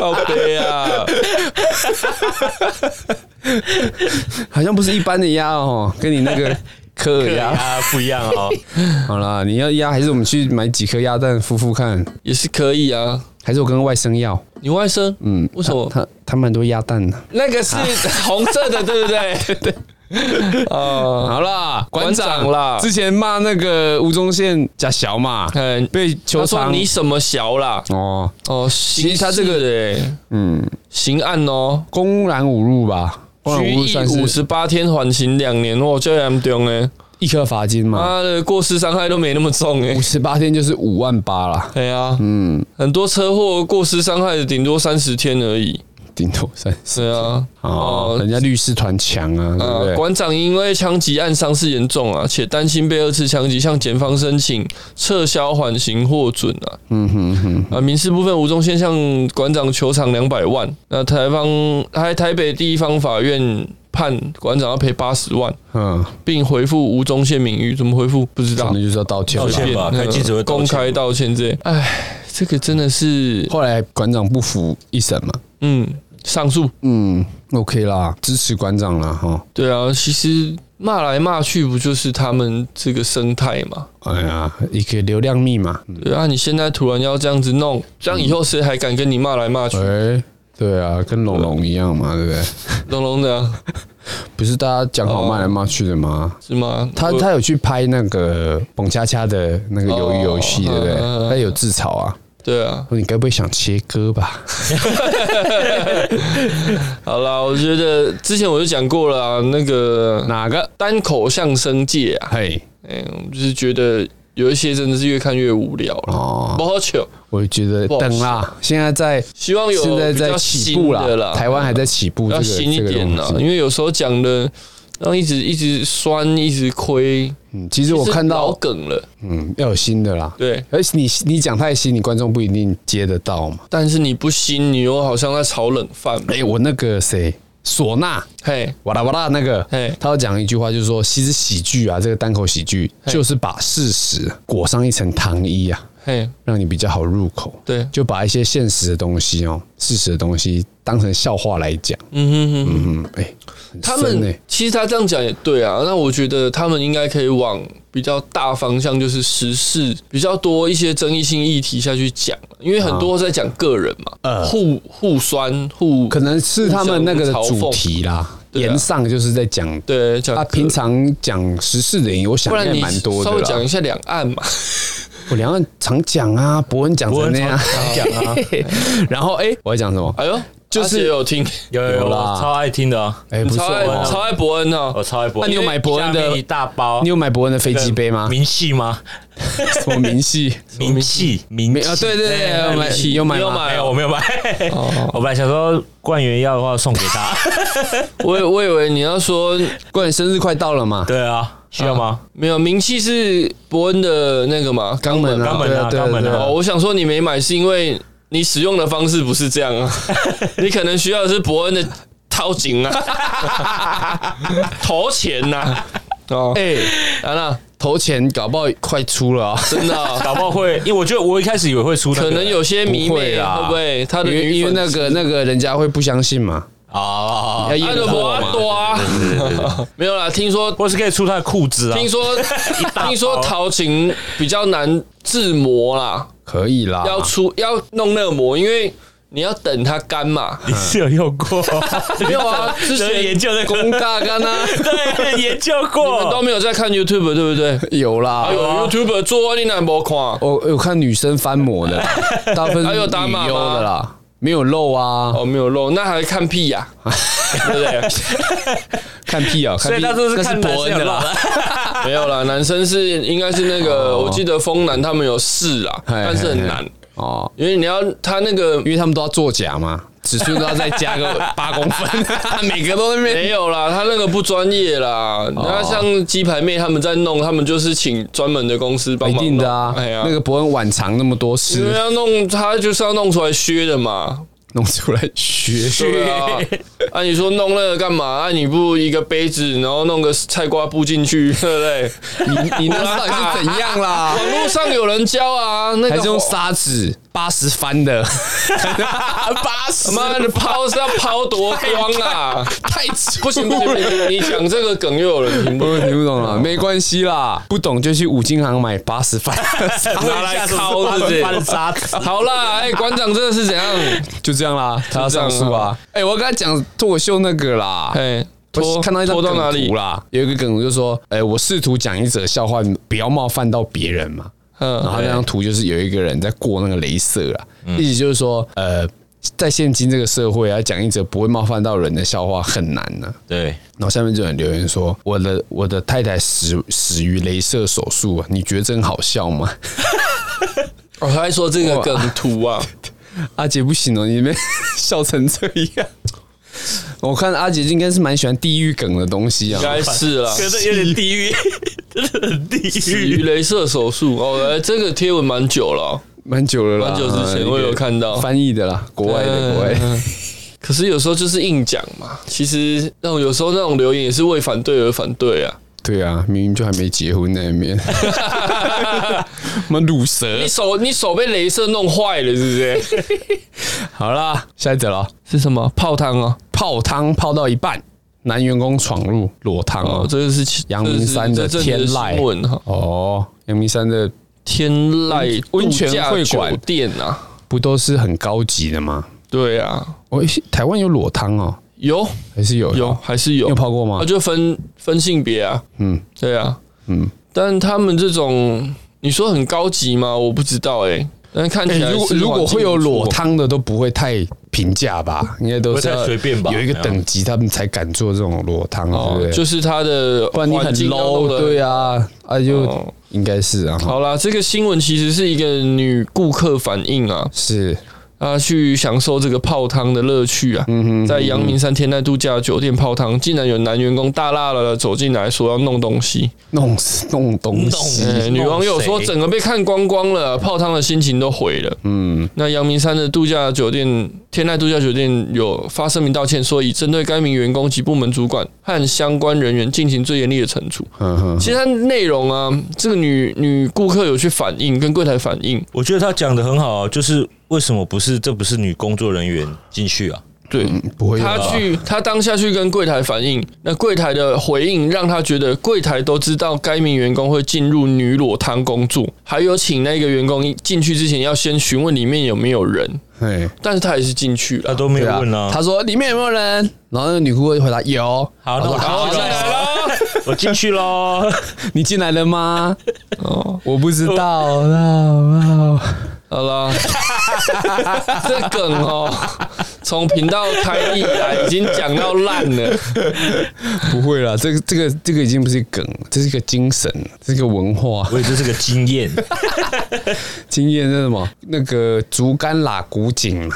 好悲啊！ (laughs)
好像不是一般的鸭哦，跟你那个颗
对
鸭。
啊，不一样
(laughs)
哦。
好啦，你要鸭还是我们去买几颗鸭蛋孵孵看？
也是可以啊。
还是我跟外甥要？
你外甥，嗯，为什么？
他他们很多鸭蛋呢、
那个是红
(laughs)
色的，对不对？对，哦，
好啦，馆长
馆长啦
之前骂那个吴宗宪假小嘛，
嗯，
哎被球
他说
场
你什么小啦？
哦，
哦，其
实他这
个诶，
嗯，
刑案哦，
公然侮辱吧，公然
拘
侮辱算
役五
是
十八天，缓刑两年，哇，这严重诶，
一颗罚金嘛，
妈的，过失伤害都没那么重诶
啊五。十八天就是五万八啦，
对啊，
嗯，
很多车祸过失伤害顶多三十天而已。
顶多三十
对啊，
哦，人家律师团强啊，对不
呃，
对？
馆长因为枪击案伤势严重啊，且担心被二次枪击，向检方申请撤销缓刑获准啊。
嗯哼哼，
啊，民事部分，吴宗宪向馆长求偿两百万。那台方台台北地方法院判馆长要赔八十万，
嗯，
并回复吴宗宪名誉。怎么回复？不知
可
道
能。就是要道歉吧
道歉吧开记者会道歉
公开道歉这。哎，这个真的是，
后来馆长不服一审嘛，
嗯，上诉。
嗯，OK 啦，支持馆长啦，哈，
对啊，其实骂来骂去，不就是他们这个生态嘛？
哎呀，一个流量密码，嗯
对啊，你现在突然要这样子弄，这样以后谁还敢跟你骂来骂去？
哎，对啊，跟龙龙一样嘛，对不对？
龙龙的啊、
不是大家讲好骂来骂去的吗？
是吗？
他
我
他有去拍那个蹦恰恰的那个鱿鱼游戏，
哦
对不对
嗯嗯嗯？
他有自嘲啊，
对啊，
说你该不会想切割吧？
好啦，我觉得之前我就讲过了啊，那个
哪个？
单口相声界啊，
嘿，
嗯、我就是觉得有一些真的是越看越无聊了，
哦，
不好笑。
我觉得
不好
等啦，现在在
希望有
现在
比较
在起步
新的啦，
台湾还在起步，这
要
个
新一
这个
点啦，
东
因
西。
为有时候讲的。然后一直一直酸，一直亏，
嗯，其实我看
老
到，
梗了，
嗯，要有新的啦。
对。
而且你你讲太新，你观众不一定接得到嘛。
但是你不新，你又好像在炒冷饭。
哎，我那个谁，唢呐。
嘿，
哇啦哇啦，那个
嘿，
他要讲一句话，就是说，其实喜剧啊，这个单口喜剧，
嘿
就是把事实裹上一层糖衣啊，
嘿，
让你比较好入口，
对，
就把一些现实的东西哦，事实的东西当成笑话来讲。
嗯哼哼，
嗯，哎、很
他
深
们
欸
其实他这样讲也对啊。那我觉得他们应该可以往比较大方向，就是时事比较多一些争议性议题下去讲，因为很多在讲个人嘛，互互酸互
呃可能是他们那个的
互相嘲讽
主题啦，
对啊
言上就是在讲。
对讲
他
个
啊平。常讲时事的，我想
不然
应该
你
蛮多
稍
的
微讲
啦。
一下两岸嘛，
我两岸常讲啊，伯恩讲
我
成
很
那样
常，讲啊，
(laughs) 然后哎、我还讲什么？
哎呦，
就是
阿杰有听，
有有
有
有，我
啦
超爱听的啊，
哎、不错
超爱
哦、
超爱伯恩哦，
我超爱博。
那你有买伯恩的
下面一大包？
你有买伯恩的飞
那个
机杯吗？
明细吗？
什么明细？
明细，哎明
没啊，对对对，有买有买
你
吗？哎
有买哦
没有，哎我没有买。 (laughs) 我本来想说冠元要的话送给他。 (laughs)
我我以为你要说
过年生日快到了嘛，
对啊，需要吗？
没有名气是伯恩的那个嘛，肛门
啊
肛门啊，
对啊
肛门
对啊对啊
啊
哦，。我想说你没买是因为你使用的方式不是这样 (laughs) 啊，你可能需要的是伯恩的掏井啊， (laughs) 投钱呐、哦，
哎、
安娜，
投钱搞不好快出了啊，
真的啊、
哦搞不好会，因为我觉得我一开始以为会出那个，
可能有些迷
不
妹
会啦
会不会他的
因为
女
因为
粉
那个那个人家会不相信嘛，要，
啊
爱
验
的
货
博
嘛。
多啊，没有啦，听说
或是可以出他的裤子啊。
听 (laughs) 说
包
听说陶琴比较难制模啦，
可以啦，
要出要弄热模，因为你要等它干嘛。
(laughs) 你是有用 (laughs) 过，
没有啊， (laughs) 之前
人研究那 (laughs) 个
公大干啊，
对，研究
我们都
过。
没有在看 YouTube，对不对？
(laughs) 有啦。
还有啊 YouTube 做你哪没看？
我有看女生翻模
(laughs)
的，大部分
还
是
有哎打码
女
吗
优的啦，没有漏啊，
哦，没有漏，那还看屁
(laughs)
呀、对不对？
看屁啊，
所
看
以
屁
那时候是看
那是伯恩的啦，
啊
男生有
没有啦，男生是应该是那个，我记得风男他们有试啦，
哦嘿
但是很难，
(laughs) 哦，
因为你要他那个
因为他们都要作假嘛，尺寸都要再加
(laughs)
个八公分， (laughs) 每个都在那边
没有啦，他那个不专业啦。
哦
那像鸡排妹他们在弄，他们就是请专门的公司帮
一
忙弄
定的啊，
哎呀，哎
那个伯恩晚长那么多
因
次，
为要弄，他就是要弄出来削的嘛。
弄出来学 (laughs)
对啊，啊，你说弄那个干嘛？啊，你不一个杯子，然后弄个菜瓜布进去，对不对？
你你那到底是怎样啦？
网络上有人教啊，那个
还是用
黄
砂纸？八十翻
(laughs)
的，八十
妈的抛是要抛多光啊！
太粗
不行不行不行，你讲这个梗又有人听不懂 (laughs)
我听不懂了，没关系啦，不懂就去五金行买八十翻，
(laughs) 拿来敲是不 (laughs)
翻的
是？
渣子，
好啦，哎、馆长这个是怎样？
就这样啦，他要上诉啊。哎、我跟他讲脱口秀那个啦，
哎、
我
拖
看到一张
拖到哪
梗
里
图？啦，有一个梗图就说，哎、我试图讲一则笑话，不要冒犯到别人嘛。
嗯
然后那张图就是有一个人在过那个镭射啊，意思就是说，呃，在现今这个社会啊，讲一则不会冒犯到人的笑话很难呢、啊
对，
然后下面就有人留言说：“我的我的太太死死于镭射手术啊，你觉得真好笑吗 (laughs)
我哦还说这个梗图啊，？”
阿杰不行哦，你们 (laughs) 笑成这样。 (laughs) 我看阿杰应该是蛮喜欢地狱梗的东西啊
应。 (laughs) 该是 (laughs) 啦。
真的有点地 (laughs) 狱，真的很地
死于
狱。
镭射手术哦，哎、这个贴文蛮久了哦、
蛮久了啦，
蛮久之前我有看到嗯
翻译的啦，国外的国外的。
可是有时候就是硬讲嘛。其实那种有时候那种留言也是为反对而反对啊。
对啊，明明就还没结婚那一
(laughs)
面，妈乳蛇
你。手你手被镭射弄坏了是不是？
好啦，下一则了，
(laughs) 是什么泡汤哦？
泡汤泡到一半，男员工闯入裸汤
哦
哦，。
这个是
阳明山的天籁
新闻哈，
哦，阳明山的
天籁
温温泉
度假
会馆
酒店啊，
不都是很高级的吗？
对啊，
哦，诶台湾有裸汤哦，
有
还是有
有，还是
你
有
有，泡过吗
啊，？就分分性别啊，
嗯
对啊，
嗯，
但他们这种你说很高级吗？我不知道哎、但看起
诶
来
如果
是
如果
环境
会有
不错
裸，汤的，都不会太平价吧？应该都是
不会太
要
随便吧
有一个
对啊
等级，他们才敢做这种裸汤，
哦
对不
就
对？
是他的
不然你很
环境要弄
low，
得
对啊，啊就
哦
应该是啊，
好啦，这个新闻其实是一个女顾客反映啊，
是
啊，去享受这个泡汤的乐趣啊。
嗯
在阳明山天籁度假酒店泡汤，竟然有男员工大辣了走进来说要弄东西。
弄死弄东西，
弄
呃女网友说
谁
整个被看光光了，泡汤的心情都毁了。
嗯，
那阳明山的度假酒店天籁度假酒店有发声明道歉，说已针对该名员工及部门主管和相关人员进行最严厉的惩处。
嗯哼，
其实它内容啊，这个女女顾客有去反映，跟柜台反映，
我觉得他讲的很好啊，就是为什么不是这不是女工作人员进去啊？
对，
不会有
他
吧
去，他当下去跟柜台反映，那柜台的回应让他觉得柜台都知道该名员工会进入女裸汤工作，还有请那个员工进去之前要先询问里面有没有人，
嘿
但是他也是进去
他
了。
都没
对
有
啊
问啊。
他说里面有没有人？然后那个女顾客就回答有。
好，那
我
我
说
好
进来
啊
了，我进去喽。
你进来了吗？
哦，
我不知道啦。
好啦，这梗哦，从频道开以来已经讲到烂了。
不会啦，这个这个这个已经不是梗，这是一个精神，这是一个文化
(laughs) 我也这是个经 (laughs) 验，
经验。是什么？那个竹竿拉古井
(laughs)
嘛。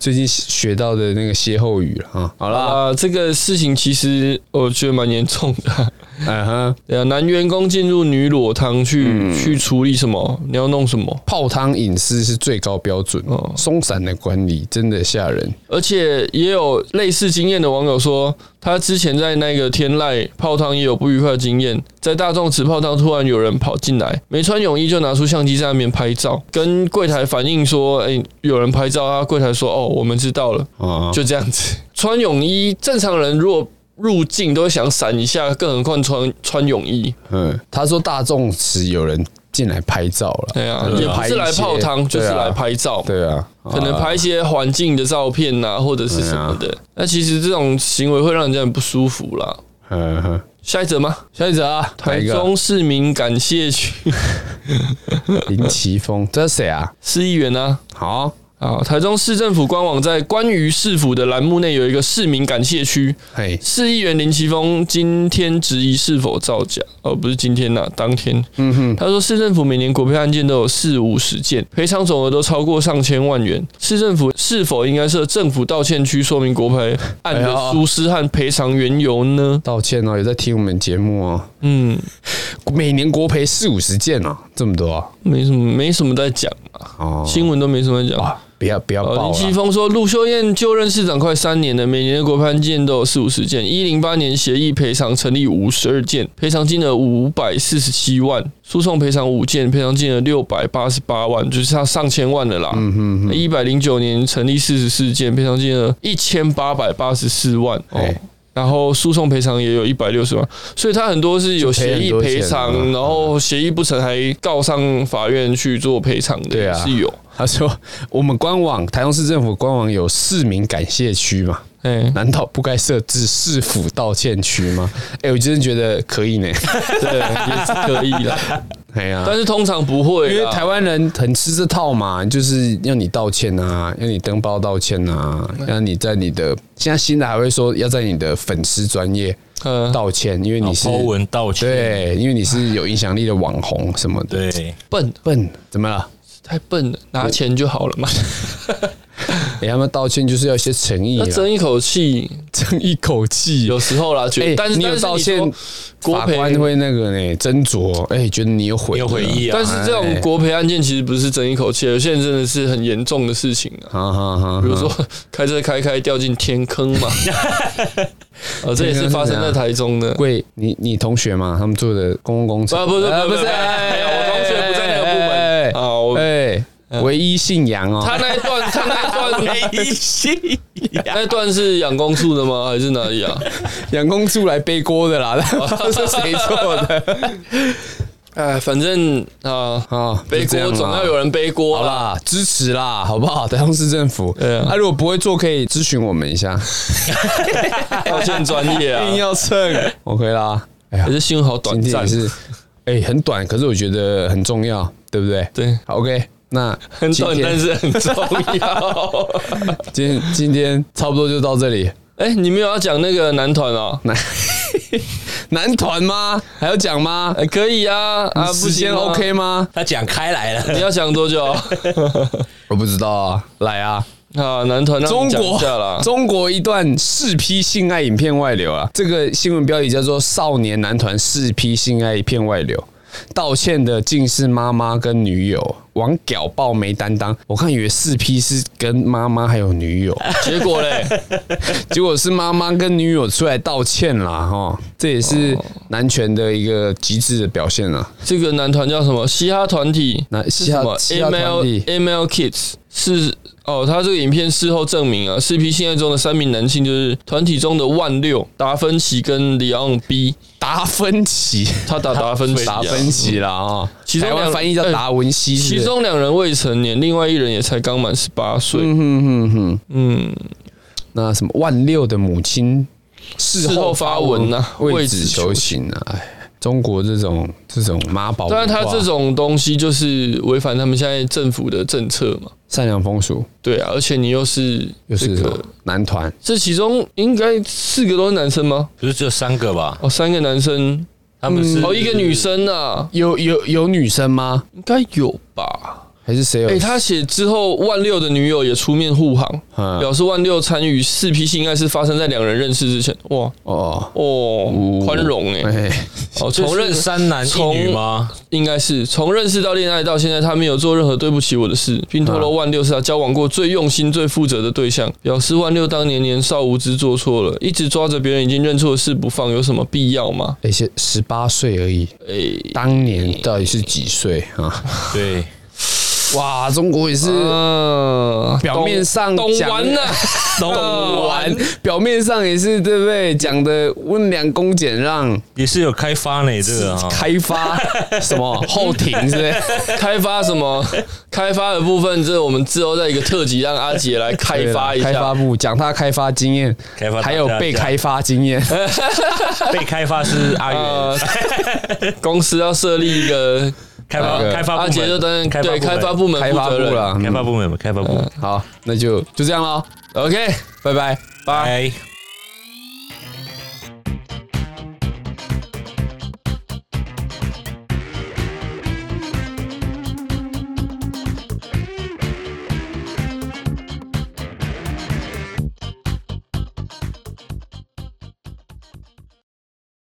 最近学到的那个歇后语了啊，好
好
啦，
啦，这个事情其实我觉得蛮严重的。
嗯哼，
对啊，男员工进入女裸汤去、
嗯
去处理什么？你要弄什么？
泡汤隐私是最高标准
哦，
松散的管理真的吓人。
而且也有类似经验的网友说，他之前在那个天籁泡汤也有不愉快的经验，在大众池泡汤突然有人跑进来，没穿泳衣就拿出相机在那边拍照，跟柜台反映说，哎、有人拍照啊，柜台说，哦，我们知道了，
啊，
就这样子。穿泳衣，正常人如果入境都会想闪一下，更何况穿穿泳衣，
嗯，他说大众池有人进来拍照了，
对啊，
对
也
啊
不是来泡汤，就是
对啊
来拍照，
对啊，啊
可能拍一些环境的照片呐、或者是什么的。那其实这种行为会让人家很不舒服啦。
嗯哼，
下一则吗？
下一则啊，哪
台
一个
中市民感谢区
林奇峰，这是谁啊？
市议员啊。
好，
啊，台中市政府官网在关于市府的栏目内有一个市民感谢区，
嘿，
市议员林奇峰今天质疑是否造假，哦，不是今天呐、当天。嗯哼，他说市政府每年国赔案件都有四五十件，赔偿总额都超过上千万元。市政府是否应该设政府道歉区，说明国赔
哎
案的
呀
疏失和赔偿缘由呢？
道歉哦，有在听我们节目哦，
嗯，
每年国赔四五十件啊，这么多啊
没什么没什么在讲啊，
哦，
新闻都没什么在讲。
啊，不要不要
呃，
报
林奇
了，
峰说，陆秀燕就任市长快三年了，每年的国判件都有四五十件。一零八年协议赔偿成立五十二件，赔偿金额五百四十七万；诉讼赔偿五件，赔偿金额六百八十八万，就是他上千万了啦。嗯哼一百零九年成立四十四件，赔偿金额一千八百八十四万。哦
哎。
然后诉讼赔偿也有一百六十万，所以他很多是有协议
就赔很多
赔
钱
偿，
啊
然后协议不成还告上法院去做赔偿的，
对啊
是有。
他说我们官网台中市政府官网有市民感谢区嘛，
哎、
难道不该设置市府道歉区吗？哎、我真的觉得可 (laughs) 以呢。
对，也是可以啦。
哎呀、
(laughs) 但是通常不会啦，
因为台湾人很吃这套嘛，就是要你道歉啊，要你登报道歉啊，要你在你的现在新的还会说要在你的粉丝专业
呃
道歉，因为你是
抛文道歉，
对，因为你是有影响力的网红什么的。
对，
笨，
笨怎么了？
太笨了，拿钱就好了嘛，
给、哎他们道歉就是要有些诚意
要
啦，
争一口气。
争一口气
有时候啦，觉
哎、
得，但是
你有
但是
道歉
说，国
法
赔
官会那个呢斟酌，哎、觉得你有悔，
你有回忆啊
但是这
哎
种国赔案件其实不是争一口气，有些人真的是很严重的事情啊。
哈哈哈，
比如说 (laughs) 开车开开掉进天坑
(laughs)
嘛，呃，这也是发生在台中的。不
贵，你你同学嘛，他们做的公共工程，
不是
呃
不是，哎我同学不在那个部门啊，我
哎、唯一信仰哦，
他那一
(laughs)
段他那一段
一心
那一段是养工处的吗？还是哪里啊？
(laughs) 养工出来背锅的 (laughs) 啦，是谁做 (laughs) 的
哎，反正啊，
啊？
背
就这样啦
锅总要有人背锅
好
啦。
啦，支持啦，好不好？台中市政府，
对啊
他、如果不会做，可以咨询我们一下，
道歉专业
(laughs)
啊，
硬要蹭，OK 啦。哎呀
可，是新闻好短
今天
暂
也，是，哎、很短，可是我觉得很重要，对不对？
对，
好，OK，那
很短，
今
但
天
是很重要。
(laughs) 今天今天差不多就到这里。
哎、你们有要讲那个男团哦？
男男团吗？还要讲吗？
哎、可以啊，啊，不
时间
行吗
OK 吗？
他讲开来了，
你要讲
(laughs)
多久
我不知道啊，来啊！
啊？男团让
中
你讲一
国
下啦。
中国一段四批性爱影片外流啊，这个新闻标题叫做“少年男团四批性爱影片外流”，道歉的竟是妈妈跟女友，网屌爆没担当。我看以为四批是跟妈妈还有女
(laughs)
友，
结果嘞，
结果是妈妈跟女友出来道歉啦，哈，这也是
哦
男权的一个极致的表现啊。
这个男团叫什么？嘻哈团体？
那
是
嘻
什
哈
么
嘻哈团
ML
体
ML Kids 是哦，他这个影片事后证明啊，四批性爱中的三名男性就是团体中的万六、达芬奇跟里昂 B，
达芬奇，
他打达芬奇、啊，
达芬奇啦啊，
其中
台湾
两
翻译叫
呃
达文西是不是，
其中两人未成年，另外一人也才刚满十八岁。
嗯哼哼，
嗯，
那什么万六的母亲事
事后发文啊
为
为
子
子
求
求
情啊，哎，中国这种这种妈宝文啊
当
化，
然他这种东西就是违反他们现在政府的政策嘛。
善良风俗
对啊，而且你又是
又
这
是什么
个，
男团，
这其中应该四个都是男生吗？
不是只有三个吧？
哦，三个男生，
他们
嗯
是
哦，一个女，生啊，
有有有女生吗？
应该有吧？
还是谁有？
哎、他写之后，万六的女友也出面护航，
嗯
表示万六参与四批性爱是发生在两人认识之前。哇
哦，
哦，宽容哎、
哎，
哦，
从
从认
认三男一女吗？
应该是从认识到恋爱到现在，他没有做任何对不起我的事，并透露万六是他交往过最用心、最负责的对象，表示万六当年年少无知做错了，一直抓着别人已经认错的事不放，有什么必要吗？
那哎些十八岁而已，
诶、
当年到底是几岁
哎
啊？
(laughs)
对，
哇，中国也是。
嗯，
表面上
懂懂啊
讲
完了，
懂玩，表面上也是对不对？讲的温良恭俭让，
啊
也是有开发呢，这个哈，
开发什么后庭是不是？
开发什么？开发的部分，这我们之后再一个特辑让阿杰来开发一
开发
下。
部讲他开发经验，
开发
还有被开发经验， (laughs)
被开发是阿
(laughs) 呃
元，，
公司要设立一个
开发
呃
开发部
阿
门，
杰就担任对开发
部
部门
开发
负
部
责人。
了。
门，开
嗯
发部门，开发部门，
好，那就就这样喽。
OK，
拜拜。
拜。
拜。